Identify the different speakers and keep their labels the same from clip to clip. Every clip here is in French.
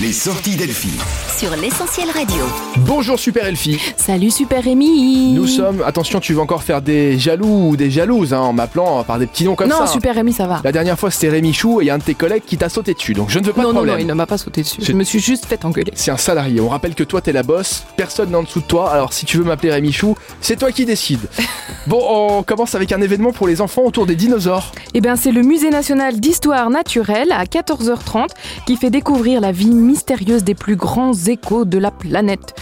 Speaker 1: Les sorties Delphi.
Speaker 2: sur l'essentiel radio.
Speaker 3: Bonjour Super Elfie.
Speaker 4: Salut Super Rémi
Speaker 3: Nous sommes, attention, tu vas encore faire des jaloux ou des jalouses hein, en m'appelant par des petits noms comme
Speaker 4: Non,
Speaker 3: ça.
Speaker 4: Super Rémi, ça va.
Speaker 3: La dernière fois, c'était Rémi Chou et il y a un de tes collègues qui t'a sauté dessus, donc je ne veux pas
Speaker 4: non,
Speaker 3: de
Speaker 4: non,
Speaker 3: problème.
Speaker 4: non, il ne m'a pas sauté dessus.
Speaker 3: C'est-
Speaker 4: Je me suis juste fait engueuler.
Speaker 3: C'est un salarié. On rappelle que toi, t'es la boss, personne n'est en dessous de toi. Alors, si tu veux m'appeler Rémi Chou, c'est toi qui décides. bon, on commence avec un événement pour les enfants autour des dinosaures.
Speaker 4: Eh bien, c'est le Musée national d'histoire naturelle à 14h30 qui fait découvrir la vie mystérieuse des plus grands échos de la planète.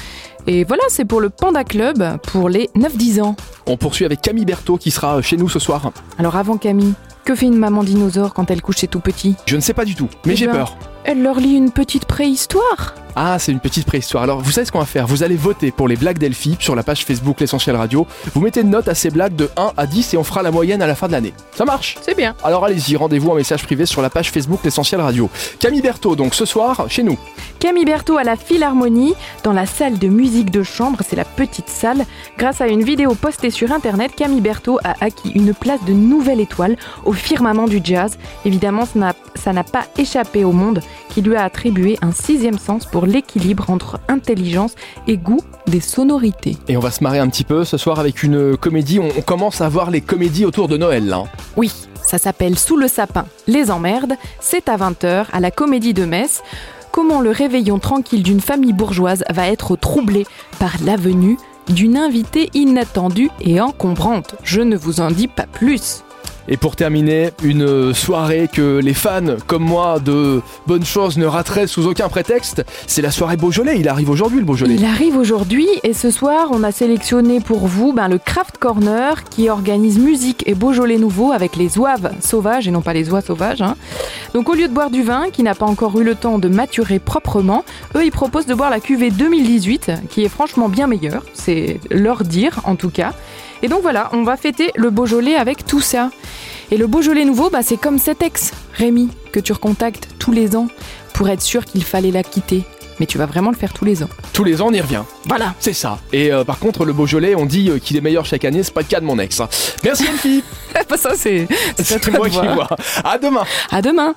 Speaker 4: Et voilà, c'est pour le Panda Club pour les 9-10 ans.
Speaker 3: On poursuit avec Camille Berthaud qui sera euh, chez nous ce soir.
Speaker 4: Alors avant Camille, que fait une maman dinosaure quand elle couche ses tout petits
Speaker 3: Je ne sais pas du tout, mais
Speaker 4: Eh
Speaker 3: j'ai
Speaker 4: ben.
Speaker 3: peur.
Speaker 4: Elle leur lit une petite préhistoire
Speaker 3: Ah, c'est une petite préhistoire. Alors, vous savez ce qu'on va faire Vous allez voter pour les blagues d'Elfie sur la page Facebook L'Essentiel Radio. Vous mettez une note à ces blagues de 1 à 10 et on fera la moyenne à la fin de l'année. Ça marche
Speaker 4: C'est bien.
Speaker 3: Alors allez-y, rendez-vous en message privé sur la page Facebook L'Essentiel Radio. Camille Berthaud, donc ce soir, chez nous.
Speaker 4: Camille Berthaud à la Philharmonie, dans la salle de musique de chambre, c'est la petite salle. Grâce à une vidéo postée sur internet, Camille Berthaud a acquis une place de nouvelle étoile au firmament du jazz. Évidemment, ça n'a- ça n'a pas échappé au monde qui lui a attribué un sixième sens pour l'équilibre entre intelligence et goût des sonorités.
Speaker 3: Et on va se marrer un petit peu ce soir avec une euh, comédie. On, on commence à voir les comédies autour de Noël, là. hein.
Speaker 4: Oui, ça s'appelle Sous le sapin, les emmerdes, c'est à 20h à la Comédie de Metz. Comment le réveillon tranquille d'une famille bourgeoise va être troublé par la venue d'une invitée inattendue et encombrante. Je ne vous en dis pas plus.
Speaker 3: Et pour terminer, une euh, soirée que les fans, comme moi, de bonnes choses ne rateraient sous aucun prétexte. C'est la soirée Beaujolais. Il arrive aujourd'hui, le Beaujolais.
Speaker 4: Il arrive aujourd'hui et ce soir, on a sélectionné pour vous ben, le Craft Corner qui organise musique et Beaujolais nouveau avec les oives sauvages et non pas les oies sauvages. hein. Donc au lieu de boire du vin qui n'a pas encore eu le temps de maturer proprement, eux ils proposent de boire la cuvée 2018 qui est franchement bien meilleure, c'est leur dire en tout cas. Et donc voilà, on va fêter le Beaujolais avec tout ça. Et le Beaujolais nouveau, bah, c'est comme cet ex, Rémi, que tu recontactes tous les ans pour être sûr qu'il fallait la quitter. Mais tu vas vraiment le faire tous les ans.
Speaker 3: Tous les ans, on y revient.
Speaker 4: Voilà.
Speaker 3: C'est ça. Et euh, par contre, le Beaujolais, on dit euh, qu'il est meilleur chaque année. C'est pas le cas de mon ex. hein. Merci Elfie.
Speaker 4: ça, c'est c'est à
Speaker 3: C'est
Speaker 4: toi de
Speaker 3: moi qui
Speaker 4: voir.
Speaker 3: vois. À demain.
Speaker 4: À demain.